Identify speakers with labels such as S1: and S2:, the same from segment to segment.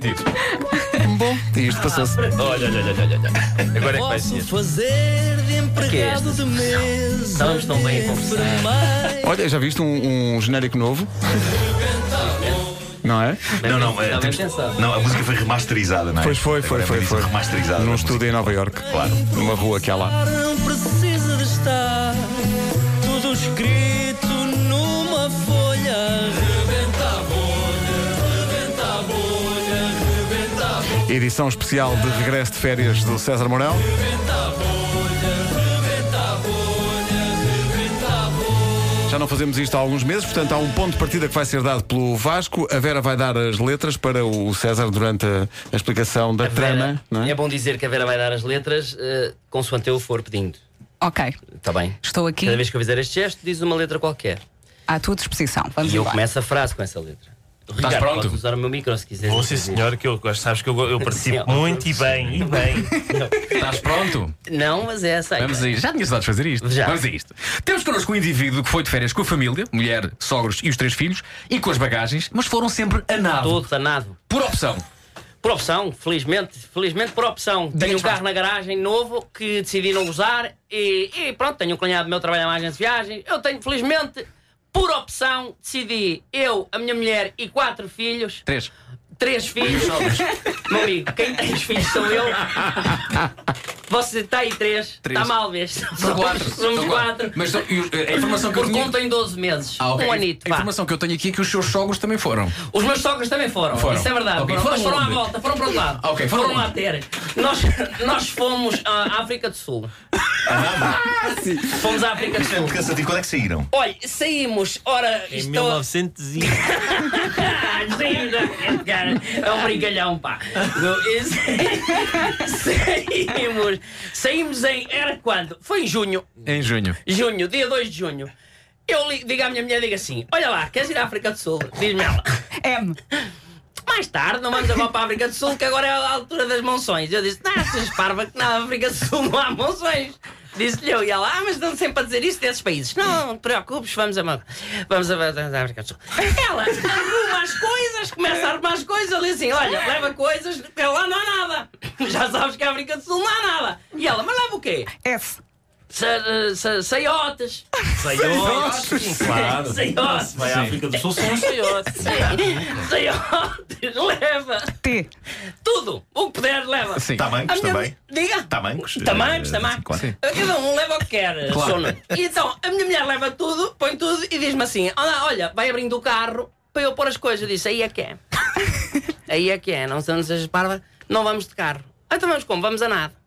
S1: Tipo. e isto Um passou-se.
S2: Olha, olha, olha, olha, olha. Agora é que vai
S3: Posso
S2: ser.
S3: fazer de empregado
S2: estas
S3: de mesa.
S2: estávamos tão bem a
S3: de
S2: conversar.
S3: enfermeira.
S1: Olha, já viste um, um genérico novo? Não é?
S4: Não, não, é,
S2: Estava
S4: temos-
S2: pensado.
S4: não, a música foi remasterizada, não é?
S1: Pois foi,
S4: Agora
S1: foi,
S4: é uma
S1: foi,
S4: edição
S1: foi.
S4: Remasterizada. da
S1: Num
S4: música.
S1: estúdio em Nova Iorque.
S4: Claro.
S1: Numa rua que há lá.
S3: Não precisa de estar tudo escrito numa folha. Rebenta a
S1: Edição especial de regresso de férias do César Mourão. Já não fazemos isto há alguns meses, portanto há um ponto de partida que vai ser dado pelo Vasco. A Vera vai dar as letras para o César durante a, a explicação da
S2: A Vera-
S1: trama. Não é?
S2: É bom dizer que a Vera vai dar as letras eh, consoante eu for pedindo.
S5: Ok,
S2: Está bem?
S5: estou aqui
S2: Cada vez que eu fizer este gesto, diz uma letra qualquer.
S5: à tua disposição. Vamos
S2: E eu
S5: embora.
S2: começo a frase com essa letra. Ricardo,
S6: pronto?
S2: podes usar o meu micro se quiseres.
S7: Bom, sim, senhor, que eu gosto. Sabes que eu, eu
S2: Sim,
S7: participo
S2: ó.
S7: muito e bem, e bem.
S6: Estás pronto?
S2: Não, mas é essa aí.
S6: Vamos a isto. Já tinha saudades de fazer isto.
S2: Já.
S6: Vamos a isto. Temos connosco um indivíduo que foi de férias com a família, mulher, sogros e os três filhos, e com as bagagens, mas foram sempre a nado.
S2: Todo danado.
S6: Por opção.
S2: Por opção, felizmente, felizmente por opção. Tenho um
S6: Diga-nos
S2: carro na garagem novo que decidi não usar e, e pronto, tenho um cunhado meu trabalho à agência de viagens. Eu tenho, felizmente, por opção, decidi eu, a minha mulher e quatro filhos,
S6: Três.
S2: três filhos. meu amigo, quem tem os filhos sou eu. Você está aí três,
S6: Três.
S2: está mal vez.
S6: São quatro.
S2: Somos
S6: São
S2: quatro.
S6: Mas são- e os- a informação que eu
S2: Por
S6: tinha...
S2: conta em 12 meses.
S6: Ah, ok.
S2: Um anito,
S6: A
S2: vá.
S6: informação que eu tenho aqui é que os seus sogros também foram.
S2: Os meus sogros também foram,
S6: Foram.
S2: isso é verdade.
S6: Ok,
S2: Foram,
S6: foram
S2: mas foram à
S6: onde?
S2: volta, foram para outro lado.
S6: Ah, ok, foram
S2: lá
S6: onde?
S2: ter. Nós, nós fomos à África do Sul.
S6: Ah,
S2: Fomos à África do
S4: Isto é
S2: Sul.
S4: muito cansativo. Quando é que saíram?
S2: Olha, saímos, ora,
S3: Em
S2: isto
S3: 1900 e...
S2: Ah, saímos da- cara, é um brincalhão, pá. Do- e sa- saímos, saímos em. Era quando? Foi em junho.
S6: Em junho.
S2: Junho, dia 2 de junho. Eu li- digo à minha mulher, digo assim: Olha lá, queres ir à África do Sul? Diz-me ela.
S5: M.
S2: Mais tarde, não vamos agora para a África do Sul, que agora é a altura das monções. Eu disse, não, vocês parva que na África do Sul não há monções. Disse-lhe eu, e ela, ah, mas estão sempre a dizer isso desses países. Não, não te preocupes, vamos a, vamos a, vamos a África do Sul. Ela arruma as coisas, começa a arrumar as coisas, ali assim, olha, leva coisas, que lá não há nada. Já sabes que a África do Sul não há nada. E ela, mas leva o quê?
S5: S.
S2: Sa- sa- Saiotes.
S7: Senhores, claro.
S2: Saiotes.
S7: Vai à África do Sul, são os senhores.
S2: Saiotes, leva.
S5: T.
S2: Tudo, o que puder, leva.
S6: Sim.
S7: Tá
S4: Tamanhos
S2: A minha
S4: também.
S2: mu- Diga.
S4: Tamanhos.
S2: Tamanhos,
S4: eh,
S2: tamanhos.
S4: claro.
S6: Sim.
S2: Cada um leva o que quer,
S6: Claro.
S2: sono. E então, a minha mulher leva tudo, põe tudo e diz-me assim: "Olá, olha, vai abrindo o carro para eu pôr as coisas. Eu disse: aí é que é. aí é que é, não, se- não sejas parva, não vamos de carro. Ah, Então vamos como? Vamos a nada.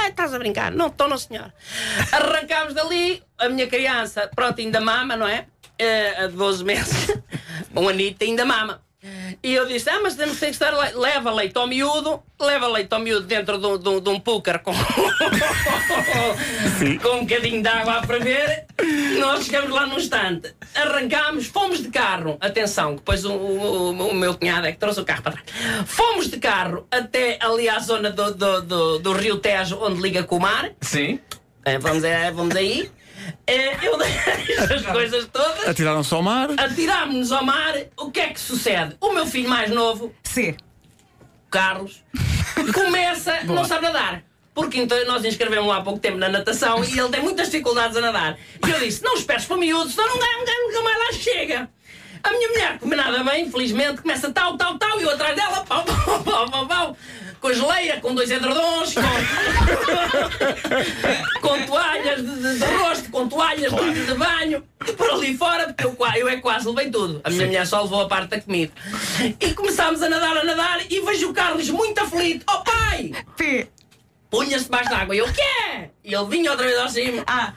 S2: Ah, estás a brincar? Não, estou, não, senhor. Arrancámos dali, a minha criança, pronto, ainda mama, não é? Eh, A 12 meses, um anito ainda mama. E eu disse: Ah, mas temos tem que estar. le- Leva leite ao miúdo, leva leite ao miúdo dentro de um, de um, de um púcar com. com um bocadinho de água a ferver. Nós chegamos lá num instante, arrancámos, fomos de carro. Atenção, que depois o, o- o- o meu cunhado é que trouxe o carro para trás. Fomos de carro até ali à zona do, do, do- do Rio Tejo, onde liga com o mar.
S6: Sim.
S2: Eh, Vamos, eh, vamos aí. Eh, Eu deixo as coisas todas.
S1: Atiraram-se ao mar.
S2: Atirámos-nos ao mar. O que é que sucede? O meu filho mais novo,
S5: C.
S2: Carlos, começa, não sabe nadar. Porque então nós inscrevemos lá há pouco tempo na natação e ele tem muitas dificuldades a nadar. E eu disse: não esperes para o miúdo, senão não ganha, ganha, nunca mais lá chega. A minha mulher, como é nada bem, felizmente, começa tal, tal, tal, e eu atrás dela, pau, pau, pau, pau, pau, com geleia, com dois edredons, com, com toalhas de, de- de rosto, com toalhas de, de banho, e por ali fora, porque eu, qua- eu é que quase levei tudo. A minha mulher só levou a parte da comida. E começámos a nadar, a nadar, e vejo o Carlos muito aflito: Oh pai!
S5: P.
S2: punha-se debaixo d'água. E eu, o que é? E ele vinha outra vez ao cima.
S5: A.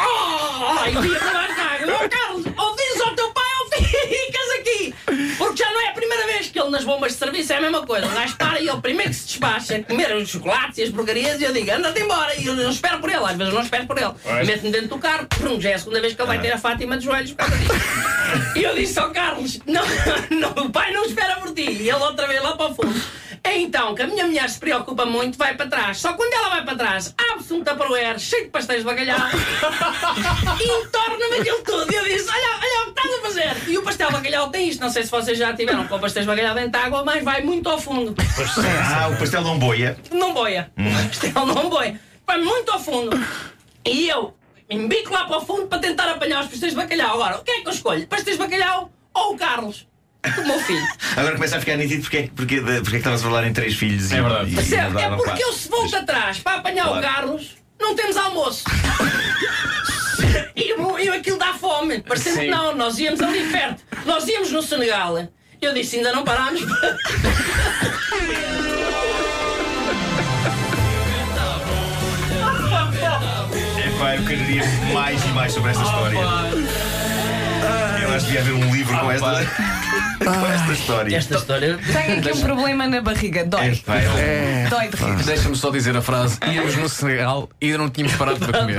S2: Oh! E vinha para baixo d'água. Ó Carlos, ou diz ao teu pai ou ficas aqui. Porque já não é a primeira vez que ele nas bombas de serviço é a mesma coisa. O gajo para e ele primeiro que se despacha, comer os chocolates e as porcarias e eu digo, anda-te embora. E eu não espero por ele, às vezes não espero por ele. Mete-me dentro do carro, prum, já é a segunda vez que ele vai ter a Fátima de joelhos. por causa disso. E eu disse ao Carlos, não, não, o pai não espera por ti. E ele outra vez lá para o fundo. Em É então que a minha mulher se preocupa muito, vai para trás. Só quando ela vai para trás, abre-se um tupperware cheio de pastéis de bacalhau e entorna-me aquilo tudo. E eu disse: Olha, olha o que estás a fazer. E o pastel de bacalhau tem isto. Não sei se vocês já tiveram com o pastel de bacalhau dentro de água, mas vai muito ao fundo.
S4: Ah, o pastel não boia.
S2: Não boia. O pastel não boia. Vai muito ao fundo. E eu embico lá para o fundo para tentar apanhar os pastéis de bacalhau. Agora, o que é que eu escolho? Pastéis de bacalhau ou o Carlos? O meu filho.
S4: Agora começa a ficar nítido porque, é que- porque, de- porque é que estavas a falar em três filhos. e-
S7: É verdade.
S4: e- e
S2: Percebe? É
S4: mandaram
S2: porque
S4: quatro.
S2: eu se volto atrás para apanhar o
S4: Claro.
S2: Carlos, não temos almoço. e, o- e aquilo dá fome. Parecendo que
S7: Sim.
S2: não, nós íamos ali perto. Nós íamos no Senegal. Eu disse, ainda não parámos.
S4: Epá, É eu queria mais e mais sobre esta história. Eu acho que devia haver um livro com esta, com esta história.
S2: Ah, Esta história.
S3: é
S5: Tenho aqui um problema na barriga. Dói.
S4: Epá, é um-
S5: Dói de rir.
S6: Deixa-me só dizer a frase: íamos no Senegal e ainda não tínhamos parado para comer.